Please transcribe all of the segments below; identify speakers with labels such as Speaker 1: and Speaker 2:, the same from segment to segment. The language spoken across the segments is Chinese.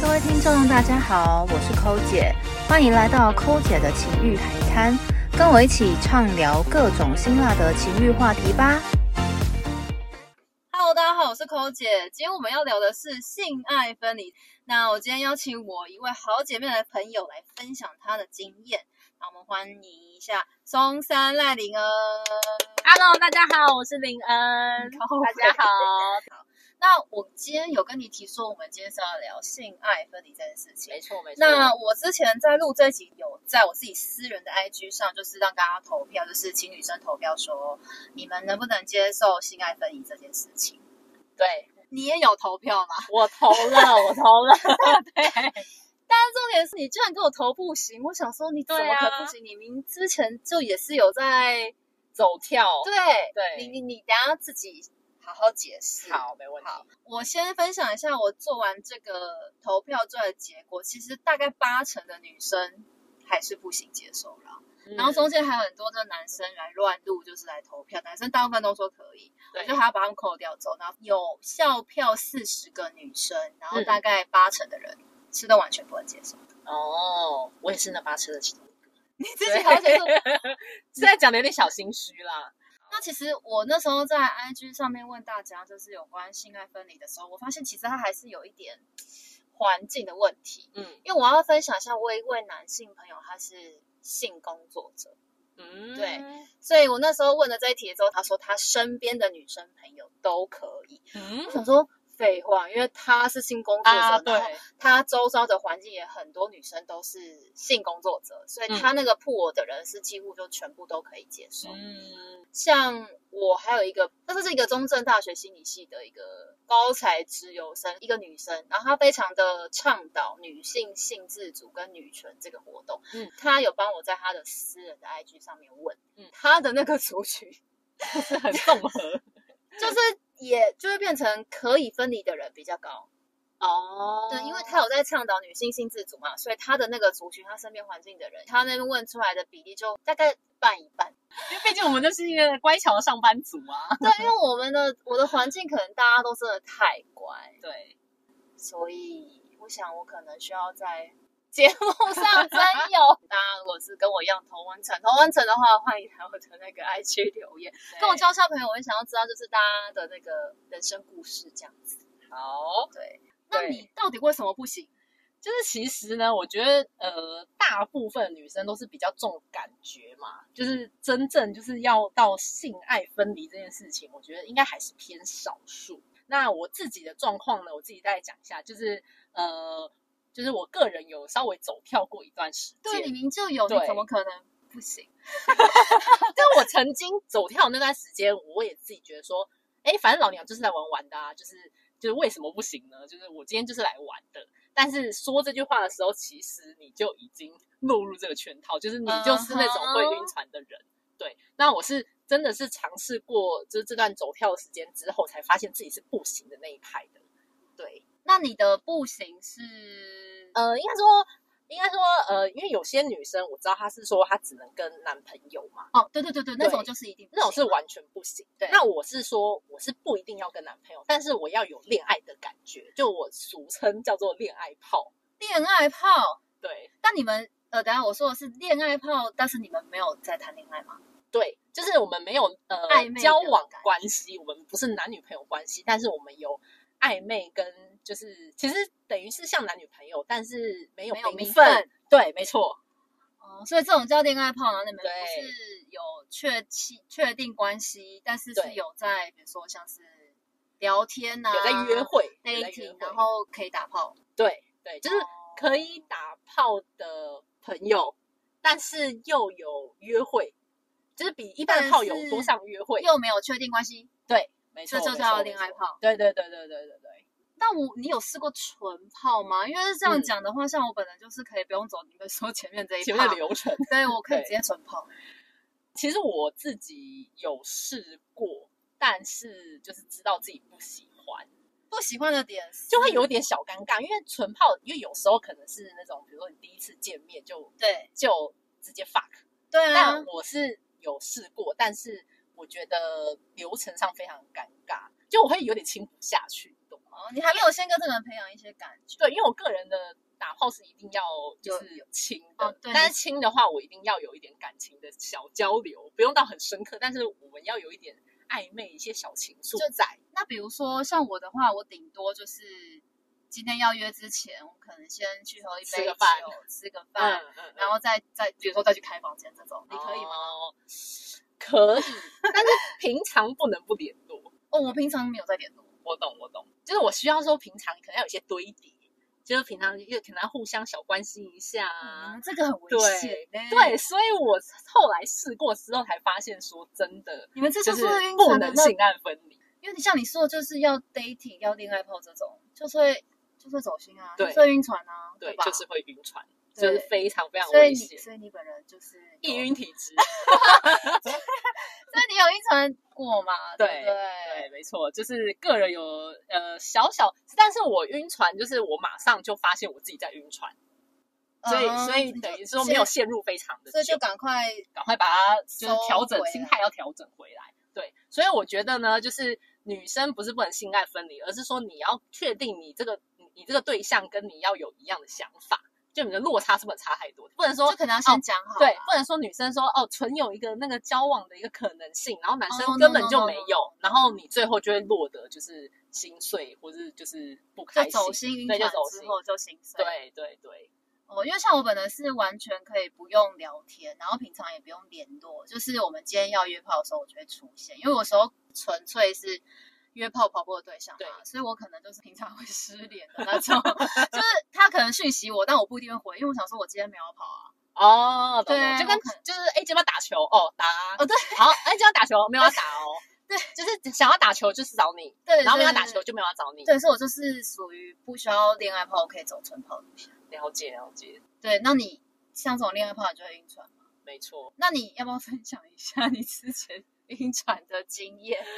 Speaker 1: 各位听众，大家好，我是抠姐，欢迎来到抠姐的情欲海滩，跟我一起畅聊各种辛辣的情欲话题吧。
Speaker 2: Hello，大家好，我是抠姐，今天我们要聊的是性爱分离。那我今天邀请我一位好姐妹的朋友来分享她的经验，那我们欢迎一下松山赖玲儿。
Speaker 3: Hello，大家好，我是林恩。
Speaker 2: 大
Speaker 3: 大家好，
Speaker 2: 那我今天有跟你提说，我们今天是要聊性爱分离这件事情。
Speaker 3: 错没
Speaker 2: 那我之前在录这集，有在我自己私人的 IG 上，就是让大家投票，就是请女生投票说你们能不能接受性爱分离这件事情。
Speaker 3: 对
Speaker 2: 你也有投票吗？
Speaker 3: 我投了，我投 了。
Speaker 2: 但是重点是你居然给我投不行，我想说你怎么
Speaker 3: 对啊
Speaker 2: 可能不行？你明之前就也是有在
Speaker 3: 走跳，
Speaker 2: 对
Speaker 3: 对
Speaker 2: 你你你等一下自己好好解释。，
Speaker 3: 好，没问题。
Speaker 2: 好我先分享一下我做完这个投票出来的结果，其实大概八成的女生还是不行接受了，
Speaker 3: 嗯
Speaker 2: 然后中间还有很多的男生来乱入，就是来投票，男生大部分都说可以，我
Speaker 3: 对
Speaker 2: 就还要把他们扣掉走，然后有效票四十个女生，然后
Speaker 3: 嗯
Speaker 2: 大概八成的人是都完全不能接受。
Speaker 3: 哦，我也是那八车的其中一个。
Speaker 2: 你自己好像是
Speaker 3: 现在讲的有点小心虚啦。
Speaker 2: 那其实我那时候在 IG 上面问大家，就是有关性爱分离的时候，我发现其实它还是有一点环境的问题。
Speaker 3: 嗯
Speaker 2: 因为我要分享一下，我有一位男性朋友，他是性工作者，
Speaker 3: 嗯，
Speaker 2: 对所以我那时候问了这一题之后，他说他身边的女生朋友都可以。
Speaker 3: 嗯
Speaker 2: 我想说废话，因为他是性工作者，
Speaker 3: 啊，对
Speaker 2: 然后，他周遭的环境也很多女生都是性工作者，所以
Speaker 3: 嗯
Speaker 2: 他那个铺我的人是几乎就全部都可以接受。
Speaker 3: 嗯
Speaker 2: 像我还有一个，她这是一个中正大学心理系的一个高材直优生，一个女生，然后她非常的倡导女性性自主跟女权这个活动，
Speaker 3: 嗯，
Speaker 2: 她有帮我在她的私人的 IG 上面问，
Speaker 3: 嗯
Speaker 2: 她的那个族群
Speaker 3: 是很综 合。
Speaker 2: 就是也就会变成可以分离的人比较高，
Speaker 3: 哦
Speaker 2: 对，因为他有在倡导女性性自主嘛，所以他的那个族群，他身边环境的人，他那边问出来的比例就大概半一半。
Speaker 3: 毕竟我们都是一个乖巧的上班族啊。
Speaker 2: 对，因为我们的我的环境可能大家都真的太乖，
Speaker 3: 对，
Speaker 2: 所以我想我可能需要在 节目上真有。大家如果是跟我一样同温层，同温层的话，欢迎来我的那个 IG 留言，跟我交交朋友。我也想要知道就是大家的那个人生故事这样子。
Speaker 3: 好。
Speaker 2: 对，那
Speaker 3: 对
Speaker 2: 你到底为什么不行？
Speaker 3: 就是其实呢，我觉得呃，大部分女生都是比较重感觉嘛，就是真正就是要到性爱分离这件事情，我觉得应该还是偏少数。那我自己的状况呢，我自己再讲一下，就是呃，就是我个人有稍微走跳过一段时间，
Speaker 2: 对，你明就有，你
Speaker 3: 对
Speaker 2: 怎么可能不行？
Speaker 3: 但我曾经走跳那段时间，我也自己觉得说，哎，反正老娘就是来玩玩的啊，就是就是为什么不行呢？就是我今天就是来玩的。但是说这句话的时候，其实你就已经落入这个圈套，就是你就是那种会晕船的人。对，那我是真的是尝试过，就是这段走跳的时间之后，才发现自己是不行的那一派的。对，
Speaker 2: 那你的步行是
Speaker 3: 呃，应该说。应该说，呃，因为有些女生我知道她是说她只能跟男朋友嘛，
Speaker 2: 哦，对对对对，那种
Speaker 3: 对
Speaker 2: 就是一定不
Speaker 3: 那种
Speaker 2: 行
Speaker 3: 是完全不行。
Speaker 2: 对
Speaker 3: 那我是说，我是不一定要跟男朋友，但是我要有恋爱的感觉，就我俗称叫做恋爱泡。
Speaker 2: 恋爱炮。
Speaker 3: 对
Speaker 2: 但你们呃，等一下我说的是恋爱炮，但是你们没有在谈恋爱吗？
Speaker 3: 对，就是我们没有呃
Speaker 2: 暧昧的
Speaker 3: 交往
Speaker 2: 感觉
Speaker 3: 关系，我们不是男女朋友关系，但是我们有暧昧跟就是其实等于是像男女朋友，但是没有
Speaker 2: 没有名
Speaker 3: 分。
Speaker 2: 分
Speaker 3: 对，没错，
Speaker 2: 哦，所以这种叫恋爱炮，然后你们不
Speaker 3: 对
Speaker 2: 是有确期确定关系，但是是
Speaker 3: 对
Speaker 2: 有在比如说像是聊天呐、
Speaker 3: 有在约会，有在约
Speaker 2: dating，
Speaker 3: 会
Speaker 2: 然后可以打炮，
Speaker 3: 对对，就是
Speaker 2: 哦
Speaker 3: 可以打炮的朋友，但是又有约会，就是比一般的炮友
Speaker 2: 但是
Speaker 3: 多上约会。
Speaker 2: 又没有确定关系，
Speaker 3: 对，没错，
Speaker 2: 这就
Speaker 3: 没
Speaker 2: 叫
Speaker 3: 错
Speaker 2: 恋爱。
Speaker 3: 没错
Speaker 2: 炮。
Speaker 3: 对对对对对对对，
Speaker 2: 但我你有试过纯炮吗？因为是这样
Speaker 3: 嗯
Speaker 2: 讲的话，像我本人就是可以不用走你们说前面这一
Speaker 3: 前
Speaker 2: 趴
Speaker 3: 面的，流程，
Speaker 2: 对我可以
Speaker 3: 对
Speaker 2: 直接纯炮。
Speaker 3: 其实我自己有试过，但是就是知道自己不喜欢，
Speaker 2: 不喜欢的点
Speaker 3: 就会有点小尴尬，因为纯炮，因为有时候可能是那种，比如说你第一次见面就
Speaker 2: 对
Speaker 3: 就直接 fuck，
Speaker 2: 对啊
Speaker 3: 但，我是有试过，但是我觉得流程上非常尴尬，就我会有点亲不下去，你懂吗？
Speaker 2: 哦，你还没有先跟这个人培养一些感觉。
Speaker 3: 对，因为我个人的打炮是一定要就是亲的，
Speaker 2: 哦对
Speaker 3: 但是亲的话，我一定要有一点感情的小交流，不用到很深刻，但是我们要有一点暧昧，一些小情愫
Speaker 2: 就
Speaker 3: 在。
Speaker 2: 那比如说像我的话，我顶多就是今天要约之前，我可能先去喝一
Speaker 3: 吃
Speaker 2: 杯
Speaker 3: 个
Speaker 2: 酒
Speaker 3: 饭，
Speaker 2: 吃个
Speaker 3: 嗯
Speaker 2: 饭，
Speaker 3: 嗯，
Speaker 2: 然后再再比如说再去开房间这种，你
Speaker 3: 你
Speaker 2: 可
Speaker 3: 可
Speaker 2: 以
Speaker 3: 以
Speaker 2: 吗
Speaker 3: 吗？？可以，但是平常不能不联络。
Speaker 2: 哦，我平常没有在联络。
Speaker 3: 我懂，我懂，就是我需要说平常可能要有一些堆叠，就是平常又可能要互相小关心一下啊。
Speaker 2: 嗯，这个很危险
Speaker 3: 对
Speaker 2: 嘞。
Speaker 3: 对，，所以我后来试过之后才发现，说真的，
Speaker 2: 你们这
Speaker 3: 就是是
Speaker 2: 晕
Speaker 3: 不
Speaker 2: 船的
Speaker 3: 能
Speaker 2: 那
Speaker 3: 性爱分离。
Speaker 2: 因为你像你说的，就是要 dating 要恋爱泡这种，就是会就是会走心啊，就
Speaker 3: 对
Speaker 2: 是会晕船啊，
Speaker 3: 对，
Speaker 2: 吧？
Speaker 3: 就是会晕船，就是
Speaker 2: 对
Speaker 3: 非常非常
Speaker 2: 所以
Speaker 3: 危
Speaker 2: 你
Speaker 3: 险，
Speaker 2: 所以你本人就是有
Speaker 3: 易晕体质。
Speaker 2: 所以你有晕船过嘛？对
Speaker 3: 对
Speaker 2: 不
Speaker 3: 对，没错，就是个人有呃小小，但是我晕船，就是我马上就发现我自己在晕船，所以
Speaker 2: 嗯
Speaker 3: 所以
Speaker 2: 你就
Speaker 3: 等于说没有陷入非常的久，
Speaker 2: 所以就赶快
Speaker 3: 赶快把它就是调整
Speaker 2: 收回来
Speaker 3: 心态，要调整回来。对，所以我觉得呢，就是女生不是不能性爱分离，而是说你要确定你这个你你这个对象跟你要有一样的想法，就你的落差是不能差太多的，不能说哦
Speaker 2: 哦就可能要先讲好啦，
Speaker 3: 对，不能说女生说哦存有一个那个交往的一个可能性，然后男
Speaker 2: 哦
Speaker 3: 生
Speaker 2: ，no，
Speaker 3: 根本
Speaker 2: no，
Speaker 3: 就
Speaker 2: no，
Speaker 3: 没
Speaker 2: no，
Speaker 3: 有
Speaker 2: no，
Speaker 3: 然后你最后就会落得就是心碎，或是就是不开
Speaker 2: 就
Speaker 3: 心。
Speaker 2: 走心晕
Speaker 3: 对
Speaker 2: 船
Speaker 3: 就走
Speaker 2: 之后就心碎。，
Speaker 3: 对对对，
Speaker 2: 哦，因为像我本人是完全可以不用聊天，然后平常也不用联络，就是我们今天要约炮的时候，我就会出现，因为有时候纯粹是。约炮跑步的对象嘛
Speaker 3: 对，
Speaker 2: 所以我可能就是平常会失联的那种， 就是他可能讯息我，但我不一定会回，因为我想说我今天没有要跑啊，
Speaker 3: 哦，懂
Speaker 2: 对
Speaker 3: 懂，就
Speaker 2: 我
Speaker 3: 跟
Speaker 2: 可能
Speaker 3: 就是哎，今晚打球哦，打啊
Speaker 2: 哦对，
Speaker 3: 好，哎，今晚打球没有要打 哦，对，就是想要打球就是找你，
Speaker 2: 对，
Speaker 3: 然后没有要
Speaker 2: 对
Speaker 3: 打
Speaker 2: 对
Speaker 3: 球就没有要找你，
Speaker 2: 对，所以我就是属于不需要恋爱炮，我可以走纯炮路线。
Speaker 3: 了解了解，
Speaker 2: 对，那你像这种恋爱炮，你就会晕船吗？
Speaker 3: 没错。
Speaker 2: 那你要不要分享一下你之前 晕船的经验？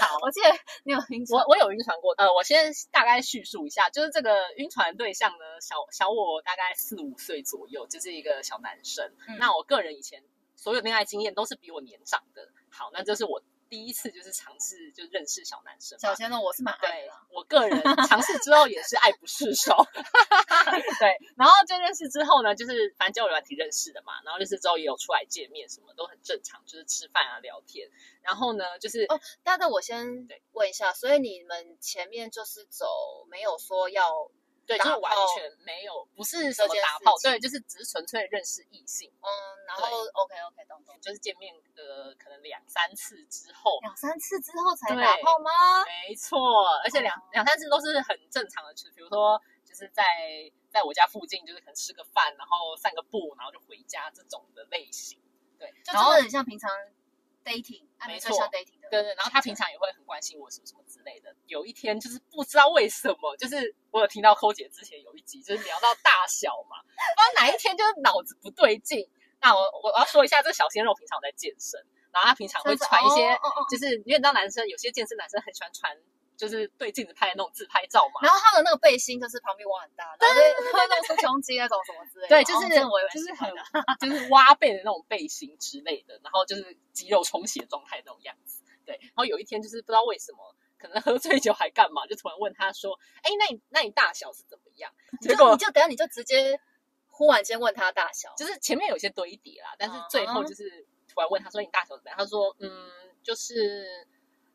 Speaker 3: 好，
Speaker 2: 我记得你有晕船，
Speaker 3: 我我有晕船过，呃，我先大概叙述一下，就是这个晕船对象呢，小小我大概四五岁左右，就是一个小男生。
Speaker 2: 嗯
Speaker 3: 那我个人以前所有恋爱经验都是比我年长的，好，那这是我第一次就是尝试就认识小男生嘛。
Speaker 2: 小鲜肉我是蛮爱的
Speaker 3: 对
Speaker 2: 啦，
Speaker 3: 我个人尝试之后也是爱不释手， 对，然后就认识之后呢，就是反正交友软体认识的嘛，然后认识之后也有出来见面，什么都很正常，就是吃饭啊聊天，然后呢就是
Speaker 2: 哦但是我先
Speaker 3: 对
Speaker 2: 问一下，所以你们前面就是走没有说要嗯
Speaker 3: 对，就是
Speaker 2: 打
Speaker 3: 完
Speaker 2: 炮
Speaker 3: 全没有，不是
Speaker 2: 这
Speaker 3: 什么
Speaker 2: 件
Speaker 3: 打
Speaker 2: 事
Speaker 3: 炮，
Speaker 2: 情
Speaker 3: 对，就是只是纯粹认识异性，
Speaker 2: 嗯，然
Speaker 3: 对
Speaker 2: 后 OK OK 懂懂，
Speaker 3: 就是见面个可能两三次之后，
Speaker 2: 两三次之后才
Speaker 3: 对
Speaker 2: 打炮吗？
Speaker 3: 没错，而且两、
Speaker 2: 哦
Speaker 3: 两三次都是很正常的，就是比如说就是在在我家附近，就是可能吃个饭，然后散个步，然后就回家这种的类型，对，
Speaker 2: 就
Speaker 3: 然
Speaker 2: 真
Speaker 3: 后
Speaker 2: 的很像平常 dating，暧啊昧对
Speaker 3: 没
Speaker 2: 象
Speaker 3: 错
Speaker 2: dating 的，
Speaker 3: 对对，然后他平常也会很关心我什么什么之类的。有一天就是不知道为什么，就是我有听到抠姐之前有一集就是聊到大小嘛，不知道哪一天就是脑子不对劲。那我我我要说一下，这个小鲜肉平常有在健身，然后他平常会
Speaker 2: 真是
Speaker 3: 传一些
Speaker 2: 哦，哦哦
Speaker 3: 就是因为你知道男生有些健身男生很喜欢传，就是对镜子拍的那种自拍照嘛。
Speaker 2: 然后他的那个背心就是旁边挖很大，对对对，会露出胸肌那种什么之类的。
Speaker 3: 对，就
Speaker 2: 哦
Speaker 3: 是
Speaker 2: 这个我也蛮
Speaker 3: 就
Speaker 2: 喜
Speaker 3: 是
Speaker 2: 欢
Speaker 3: 很
Speaker 2: 的。
Speaker 3: 就是挖背的那种背心之类的，然后就是肌肉充血状态那种样子。对，然后有一天就是不知道为什么，可能喝醉酒还干嘛，就突然问他说：“哎，那你那你大小是怎么样？”
Speaker 2: 你就
Speaker 3: 结果
Speaker 2: 你就等下你就直接忽然间问他大小，
Speaker 3: 就是前面有些堆叠啦，但是最后
Speaker 2: 嗯哼
Speaker 3: 就是突然问他说：“你大小怎么样？”他说：“嗯，就是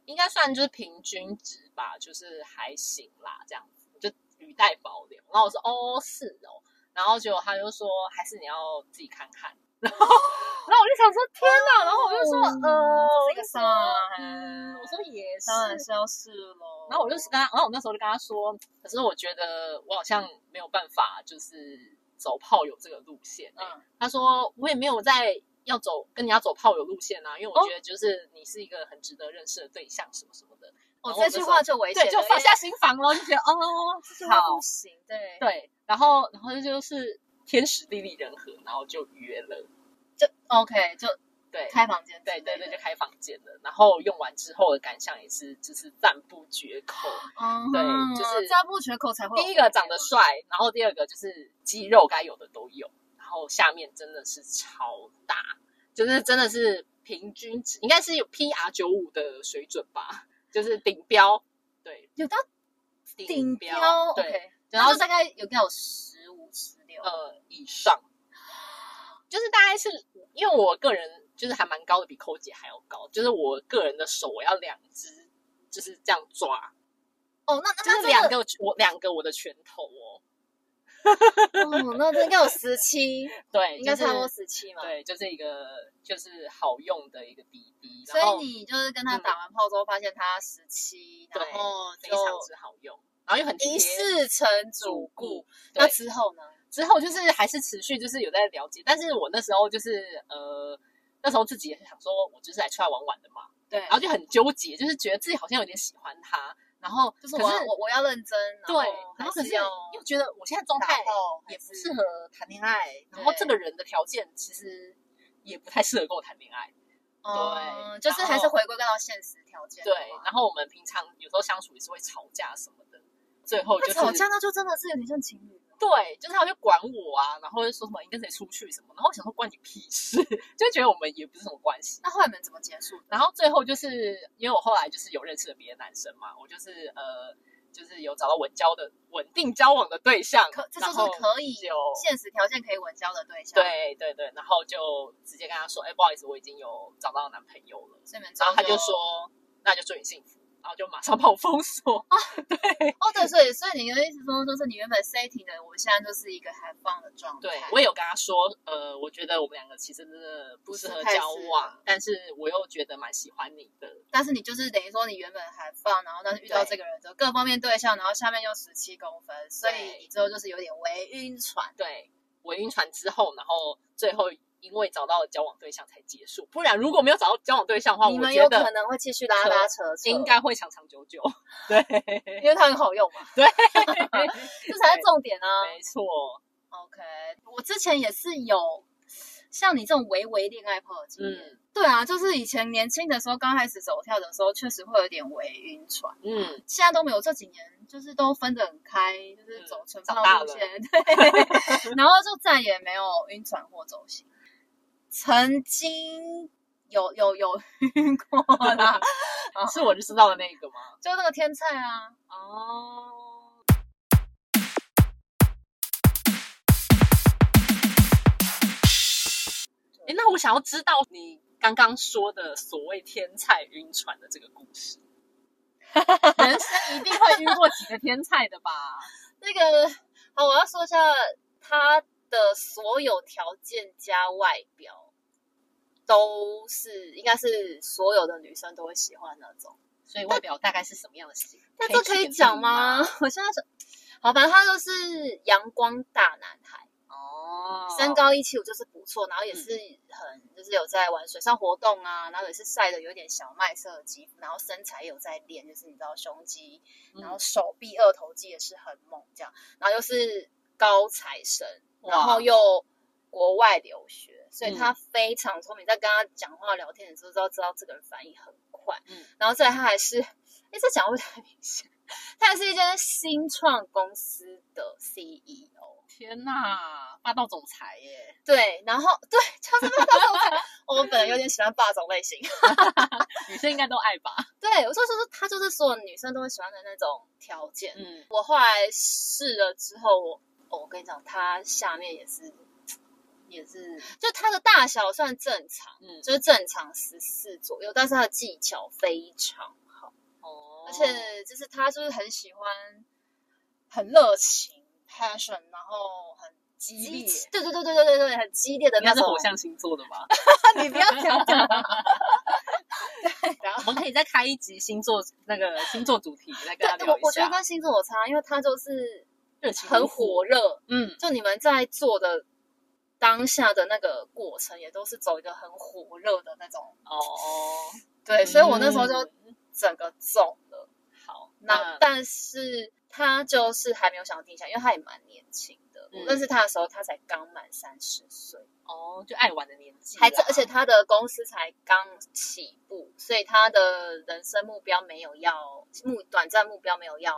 Speaker 3: 应该算就是平均值吧，就是还行啦，这样子就语带保留。”然后我说：“哦，是哦。”然后结果他就说：“还是你要自己看看。”然后，然后我就想说：“天哪！”然后我就说：“呃，我
Speaker 2: 哦这
Speaker 3: 就
Speaker 2: 个
Speaker 3: 说
Speaker 2: 上，
Speaker 3: 嗯，我说也是。”
Speaker 2: 当然是要试喽。
Speaker 3: 然后我就跟他，然后我那时候就跟他说，可是我觉得我好像没有办法，就是走炮友这个路线、欸。
Speaker 2: 嗯
Speaker 3: 他说我也没有在要走跟你要走炮友路线啊，因为我
Speaker 2: 哦
Speaker 3: 觉得就是你是一个很值得认识的对象什么什么的。
Speaker 2: 我
Speaker 3: 然
Speaker 2: 哦这
Speaker 3: 后我
Speaker 2: 句
Speaker 3: 就
Speaker 2: 话就危险了，
Speaker 3: 对，就放
Speaker 2: 因为
Speaker 3: 下心防咯，就觉得哦，
Speaker 2: 这句话
Speaker 3: 好
Speaker 2: 不行，对，
Speaker 3: 对，然后然后就是天时地利人和，然后就约了，
Speaker 2: 就 OK，就
Speaker 3: 对。
Speaker 2: 开房间之
Speaker 3: 对
Speaker 2: 类的，
Speaker 3: 对对，就开房间了。然后用完之后的感想也是，就是赞不绝 口。
Speaker 2: 嗯
Speaker 3: 对
Speaker 2: 哼
Speaker 3: 就是
Speaker 2: 这样不绝口才会有
Speaker 3: 第一个长得帅，然后第二个就是肌肉该有的都有，然后下面真的是超大，就是真的是平均值应该是有 PR 九五的水准吧，就是顶标。对，
Speaker 2: 有到
Speaker 3: 顶标，对
Speaker 2: OK
Speaker 3: 然
Speaker 2: 然后
Speaker 3: 后
Speaker 2: 大概有该有十五、十六，
Speaker 3: 呃以上，就是大概是因为我个人就是还蛮高的，比扣姐还要高，就是我个人的手我要两只就是这样抓，
Speaker 2: 哦，那那
Speaker 3: 就
Speaker 2: 那
Speaker 3: 是
Speaker 2: 这
Speaker 3: 两个我两个我的拳头哦，
Speaker 2: 哦，那这应该有十 七，
Speaker 3: 对，
Speaker 2: 应该
Speaker 3: 就是
Speaker 2: 差不多十七嘛。
Speaker 3: 对，就是一个就是好用的一个滴滴，
Speaker 2: 所
Speaker 3: 然后嗯
Speaker 2: 以你就是跟他打完炮之后，发现他十七，
Speaker 3: 对
Speaker 2: 然后
Speaker 3: 非常
Speaker 2: 就
Speaker 3: 之好用，然后又很
Speaker 2: 一
Speaker 3: 贴
Speaker 2: 世成主顾。
Speaker 3: 对
Speaker 2: 那之后呢？
Speaker 3: 之后就是还是持续就是有在了解，但是我那时候就是呃，那时候自己也想说，我就是来出来玩玩的嘛，
Speaker 2: 对，
Speaker 3: 然后就很纠结，就是觉得自己好像有点喜欢他，然后
Speaker 2: 就是
Speaker 3: 可
Speaker 2: 我要我我要认真，
Speaker 3: 对，然后可
Speaker 2: 还
Speaker 3: 是
Speaker 2: 是要
Speaker 3: 又觉得我现在状态也不适
Speaker 2: 合。
Speaker 3: 合谈恋爱，然后这个人的条件其实也不太适合跟我谈恋爱，
Speaker 2: 嗯，
Speaker 3: 对
Speaker 2: 就是
Speaker 3: 然
Speaker 2: 还是
Speaker 3: 后
Speaker 2: 回归到现实条件的
Speaker 3: 对
Speaker 2: 话。，
Speaker 3: 然后我们平常有时候相处也是会吵架什么的，最后就
Speaker 2: 那
Speaker 3: 是
Speaker 2: 吵架那就真的是有点像情侣了。
Speaker 3: 对，就是他会管我啊，然后就说什么你跟谁出去什么，然后我想说关你屁事， 就觉得我们也不是什么关系。
Speaker 2: 那后来你们怎么结束？
Speaker 3: 然后最后就是因为我后来就是有认识了别的男生嘛，我就是呃就是有找到稳交的稳定交往的对象，
Speaker 2: 可这就
Speaker 3: 然后
Speaker 2: 是可以
Speaker 3: 就
Speaker 2: 现实条件可以稳交的对象。，
Speaker 3: 对对对，然后就直接跟他说，哎，不好意思，我已经有找到男朋友了，
Speaker 2: 所以你们之
Speaker 3: 然
Speaker 2: 后
Speaker 3: 后他就说，那就祝你幸福，然后就马上把我封锁，
Speaker 2: 哦，对，所以所以你的意思说，就是你原本 setting 的，我现在就是一个还放的状态。
Speaker 3: 对我也有跟他说，呃，我觉得我们两个其实真的不适合交
Speaker 2: 不是太适
Speaker 3: 往，但是我又觉得蛮喜欢你的，
Speaker 2: 但是你就是等于说你原本还放，然后但是遇到
Speaker 3: 对
Speaker 2: 这个人之后，各方面对象，然后下面又十七公分，所以
Speaker 3: 对
Speaker 2: 你之后就是有点微晕船。
Speaker 3: 对我晕船之后，然后最后因为找到了交往对象才结束，不然如果没有找到交往对象的话，
Speaker 2: 你
Speaker 3: 我
Speaker 2: 们
Speaker 3: 觉
Speaker 2: 有可
Speaker 3: 得
Speaker 2: 能会继续拉拉扯扯，
Speaker 3: 应该会长长久 久，对，
Speaker 2: 因为它很好用嘛，这才是重点啊。
Speaker 3: 没错，
Speaker 2: OK，我之前也是有像你这种微微恋爱泡的经验。
Speaker 3: 嗯
Speaker 2: 对啊，就是以前年轻的时候，刚开始走跳的时候，确实会有点微晕船。
Speaker 3: 嗯，
Speaker 2: 现在都没有，这几年就是都分得很开，就是走纯
Speaker 3: 长
Speaker 2: 泡
Speaker 3: 大
Speaker 2: 路
Speaker 3: 了
Speaker 2: 线，对， 然后就再也没有晕船或走心。曾经有有有晕过啦，
Speaker 3: 嗯是我就知道的那个吗？
Speaker 2: 就那个天菜啊，
Speaker 3: 哦。哎，那我想要知道你刚刚说的所谓天才晕船的这个故 事，人生一定会晕过几个天才的吧？
Speaker 2: 那个好，我要说一下他的所有条件加外表，都是应该是所有的女生都会喜欢那种。
Speaker 3: 所以外表大概是什么样的型？
Speaker 2: 那这可以讲吗？我现在想，好，反正他就是阳光大男孩，
Speaker 3: 哦，嗯
Speaker 2: 身高一七五就是不错，然后也是很、就是有在玩水上活动啊，然后也是晒的有点小麦色的肌肤，然后身材也有在练，就是你知道胸肌，
Speaker 3: 嗯
Speaker 2: 然后手臂二头肌也是很猛这样，然后又是高材生，然后又国外留学，所以他
Speaker 3: 嗯
Speaker 2: 非常聪明，在跟他讲话聊天的时候，都知道这个人反应很快。
Speaker 3: 嗯
Speaker 2: 然后再来他还是，哎，这讲会不会太明显？他还是一间新创公司的 E CEO，
Speaker 3: 天呐，霸道总裁耶！
Speaker 2: 对，然后对，就是霸道总裁。 我本来有点喜欢霸总类型，
Speaker 3: 女生应该都爱吧？
Speaker 2: 对我就说是他就是所有女生都会喜欢的那种条件。
Speaker 3: 嗯，
Speaker 2: 我后来试了之后，我、哦我跟你讲，它下面也是，
Speaker 3: 也是，
Speaker 2: 就它的大小算正常，
Speaker 3: 嗯，
Speaker 2: 就是正常十四左右，但是它的技巧非常好，
Speaker 3: 哦
Speaker 2: 而且就是他就是很喜欢，很热情，passion，然后很
Speaker 3: 激
Speaker 2: 激
Speaker 3: 烈，
Speaker 2: 情，对对对对对对对，很激烈的
Speaker 3: 应
Speaker 2: 那
Speaker 3: 该是
Speaker 2: 种。
Speaker 3: 火象星座的吧？
Speaker 2: 你不要讲 讲。对，然后
Speaker 3: 我们可以再开一集星座那个星座主题来跟
Speaker 2: 对
Speaker 3: 他，聊
Speaker 2: 我
Speaker 3: 一
Speaker 2: 我觉得
Speaker 3: 下，
Speaker 2: 跟星座有差，因为他就是
Speaker 3: 热情
Speaker 2: 很
Speaker 3: 如火，
Speaker 2: 火热，
Speaker 3: 嗯，
Speaker 2: 就你们在做的当下的那个过程，也都是走一个很火热的那种。
Speaker 3: 哦，
Speaker 2: 对，所以我那时候就
Speaker 3: 嗯
Speaker 2: 整个中了。
Speaker 3: 好，
Speaker 2: 那
Speaker 3: 那
Speaker 2: 但是他就是还没有想要定下，因为他也蛮年轻的。我
Speaker 3: 嗯
Speaker 2: 认识他的时候，他才刚满三十岁，
Speaker 3: 哦，就爱玩的年纪啦，
Speaker 2: 还在，而且他的公司才刚起步，所以他的人生目标没有要目短暂目标没有要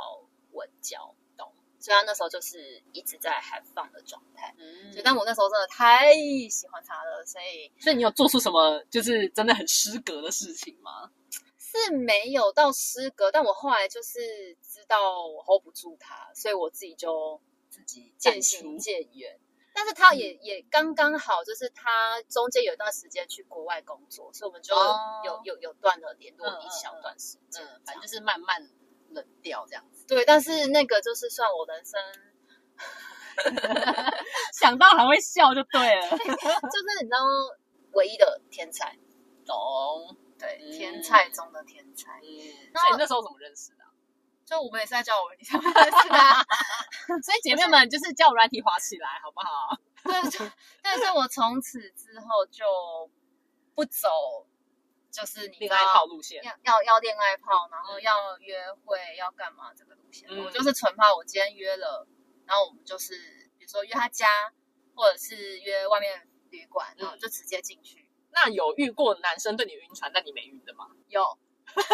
Speaker 2: 稳交，懂？所以他那时候就是一直在 have fun 的状态。
Speaker 3: 嗯，
Speaker 2: 所以，但我那时候真的太喜欢他了，所以
Speaker 3: 所以你有做出什么就是真的很失格的事情吗？
Speaker 2: 是没有到失格，但我后来就是知道我 hold 不住他，所以我自己就
Speaker 3: 自己
Speaker 2: 渐
Speaker 3: 渐
Speaker 2: 行
Speaker 3: 行
Speaker 2: 渐远。但是他
Speaker 3: 嗯
Speaker 2: 也、也刚刚好，就是他中间有一段时间去国外工作，所以我们就有、
Speaker 3: 哦
Speaker 2: 有有有断了联络
Speaker 3: 嗯
Speaker 2: 一
Speaker 3: 嗯
Speaker 2: 小
Speaker 3: 嗯
Speaker 2: 段时间、
Speaker 3: 嗯，
Speaker 2: 这
Speaker 3: 反
Speaker 2: 样
Speaker 3: 正就是慢慢冷掉这样子。
Speaker 2: 对，但是那个就是算我人生，
Speaker 3: 想到还会笑就对了，
Speaker 2: 就是你知道唯一的天才，
Speaker 3: 懂。
Speaker 2: 对，
Speaker 3: 嗯
Speaker 2: 天才中的天才
Speaker 3: 嗯，。所
Speaker 2: 然后
Speaker 3: 以你那时候怎么认识的啊、
Speaker 2: 就我们也是在交友软 件上面认识的啊、
Speaker 3: 所以姐妹们就是叫软体滑起来好不好？
Speaker 2: 对，就但是我从此之后就不走，就是你知
Speaker 3: 恋
Speaker 2: 道
Speaker 3: 爱套路线，
Speaker 2: 要要要恋爱泡，然后要约会，要干嘛这个路线。
Speaker 3: 嗯
Speaker 2: 我就是纯怕我今天约了，然后我们就是比如说约他家，或者是约外面旅馆，然
Speaker 3: 嗯
Speaker 2: 后就直接进去。
Speaker 3: 那有遇过男生对你晕船，但你没晕的吗？
Speaker 2: 有
Speaker 3: 那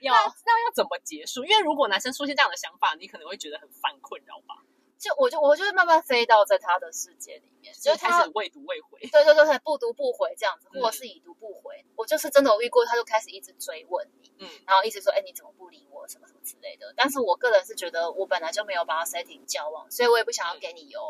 Speaker 2: 有
Speaker 3: 那那要怎么结束？因为如果男生出现这样的想法，你可能会觉得很犯困扰吧，
Speaker 2: 就我就我就会慢慢飞到在他的世界里面，
Speaker 3: 就
Speaker 2: 就是是
Speaker 3: 开
Speaker 2: 他
Speaker 3: 始未读未回。
Speaker 2: 对对对，对不读不回这样子，
Speaker 3: 嗯
Speaker 2: 或者是已读不回。我就是真的我遇过，他就开始一直追问你，
Speaker 3: 嗯
Speaker 2: 然后一直说，哎，你怎么不理我，什么什么之类的。但是我个人是觉得，我本来就没有把它 setting 交往，所以我也不想要
Speaker 3: 嗯
Speaker 2: 给你有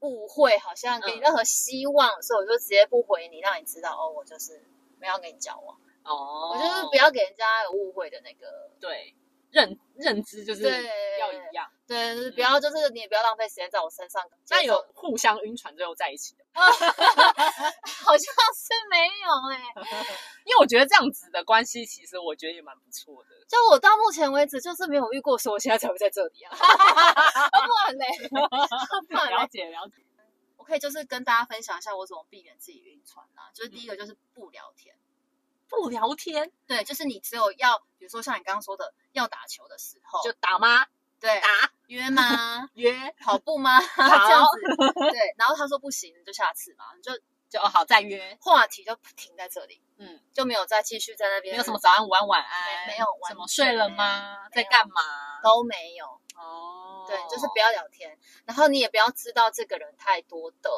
Speaker 2: 误会，好像给你
Speaker 3: 嗯
Speaker 2: 任何希望，所以我就直接不回你，让你知道，哦，我就是没有要跟你交往，
Speaker 3: 哦
Speaker 2: 我就是不要给人家有误会的那个。
Speaker 3: 对认认知就是
Speaker 2: 对
Speaker 3: 要一样。
Speaker 2: 对，就是
Speaker 3: 嗯
Speaker 2: 不要，就是你也不要浪费时间在我身上。
Speaker 3: 那有互相晕船最后在一起的吗，
Speaker 2: 好像是没有哎、
Speaker 3: 因为我觉得这样子的关系，其实我觉得也蛮不错的。
Speaker 2: 就我到目前为止就是没有遇过，所以我现在才会在这里啊。 不然嘞，不然
Speaker 3: 了
Speaker 2: 嘞，
Speaker 3: 解了解，
Speaker 2: 我可以就是跟大家分享一下我怎么避免自己晕船啦、就是
Speaker 3: 嗯
Speaker 2: 第一个就是不聊天，
Speaker 3: 不聊天
Speaker 2: 对，就是你只有要，比如说像你刚刚说的，要打球的时候，
Speaker 3: 就打吗？
Speaker 2: 对
Speaker 3: 打？
Speaker 2: 约吗
Speaker 3: 约
Speaker 2: 跑步吗？ 这样子，对。然后他说不行，你就下次嘛，你就
Speaker 3: 就哦好再约，
Speaker 2: 话题就停在这里，
Speaker 3: 嗯，
Speaker 2: 就没有再继续在那
Speaker 3: 没
Speaker 2: 边，
Speaker 3: 有什么早安、午安、晚安，
Speaker 2: 没没有完
Speaker 3: 什么
Speaker 2: 全
Speaker 3: 睡了
Speaker 2: 没有
Speaker 3: 吗？
Speaker 2: 没
Speaker 3: 在
Speaker 2: 有
Speaker 3: 干嘛？
Speaker 2: 都没有，
Speaker 3: 哦
Speaker 2: 对，就是不要聊天，然后你也不要知道这个人太多的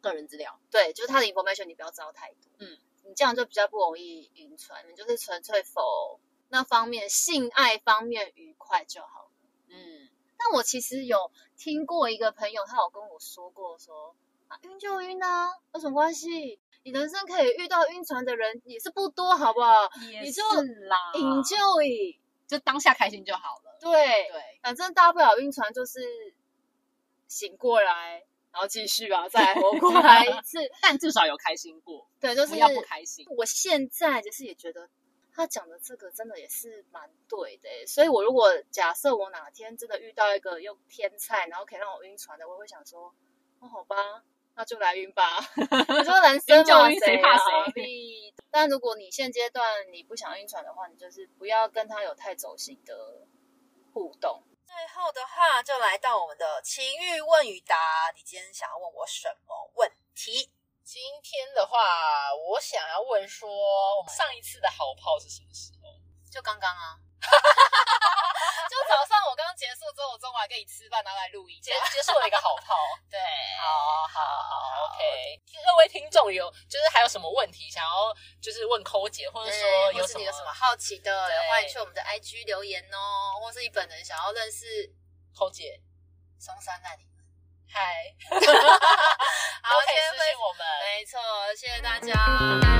Speaker 3: 个人资料，
Speaker 2: 对，就是他的 information 你不要知道太多，
Speaker 3: 嗯，
Speaker 2: 你这样就比较不容易晕船，你就是纯粹否那方面性爱方面愉快就好了。
Speaker 3: 嗯，
Speaker 2: 但我其实有听过一个朋友，他有跟我说过说，啊晕就晕啊，有什么关系？你人生可以遇到晕船的人也是不多，好不好？
Speaker 3: 也
Speaker 2: 你
Speaker 3: 是
Speaker 2: 就
Speaker 3: 啦，
Speaker 2: 引咎矣，
Speaker 3: 就当下开心就好了。
Speaker 2: 对，
Speaker 3: 对，
Speaker 2: 反正大不了晕船就是醒过来，然后继续吧，再活过来一次。
Speaker 3: 但至少有开心过，
Speaker 2: 对，就
Speaker 3: 不
Speaker 2: 是
Speaker 3: 要不开
Speaker 4: 哦
Speaker 3: 心。
Speaker 2: 我现在就是也觉得他讲的这个真的也是蛮对的欸，所以我如果假设我哪天真的遇到一个又天菜，然后可以让我晕船的，我会想说，哦，好吧，那就来晕吧。 你说人生
Speaker 3: 晕就
Speaker 2: 嘛
Speaker 3: 晕
Speaker 2: 谁
Speaker 3: 谁怕
Speaker 2: 啊
Speaker 3: 谁
Speaker 2: 何必但如果你现阶段你不想晕船的话，你就是不要跟他有太走心的互动。
Speaker 5: 最后的话，就来到我们的情欲问与答。你今天想要问我什么问题？
Speaker 4: 今天的话，我想要问说，我们上一次的好炮是什么时
Speaker 3: 哦
Speaker 4: 候？
Speaker 2: 就刚刚啊，
Speaker 4: 就早上我刚刚结束之后，我中午还跟你吃饭，然后来录音，结结束了一个好炮。
Speaker 2: 对，
Speaker 4: 好好好，OK。各位听众有就是还有什么问题想要就是问抠姐，或者
Speaker 3: 哎
Speaker 4: 说
Speaker 2: 有
Speaker 4: 有
Speaker 2: 是
Speaker 4: 什
Speaker 2: 你
Speaker 4: 么
Speaker 2: 有什么好奇的，
Speaker 4: 对
Speaker 2: 欢迎去我们的 IG 留言哦，或是你本人想要认识
Speaker 4: 抠姐，
Speaker 2: 松山那里。
Speaker 4: 嗨， 都，
Speaker 2: 好
Speaker 4: 可
Speaker 2: 今
Speaker 4: 以
Speaker 2: 天
Speaker 4: 私
Speaker 2: 分
Speaker 4: 信我们，
Speaker 2: 没错，谢谢大家，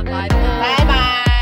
Speaker 2: 拜拜。
Speaker 3: 哎
Speaker 4: 拜拜。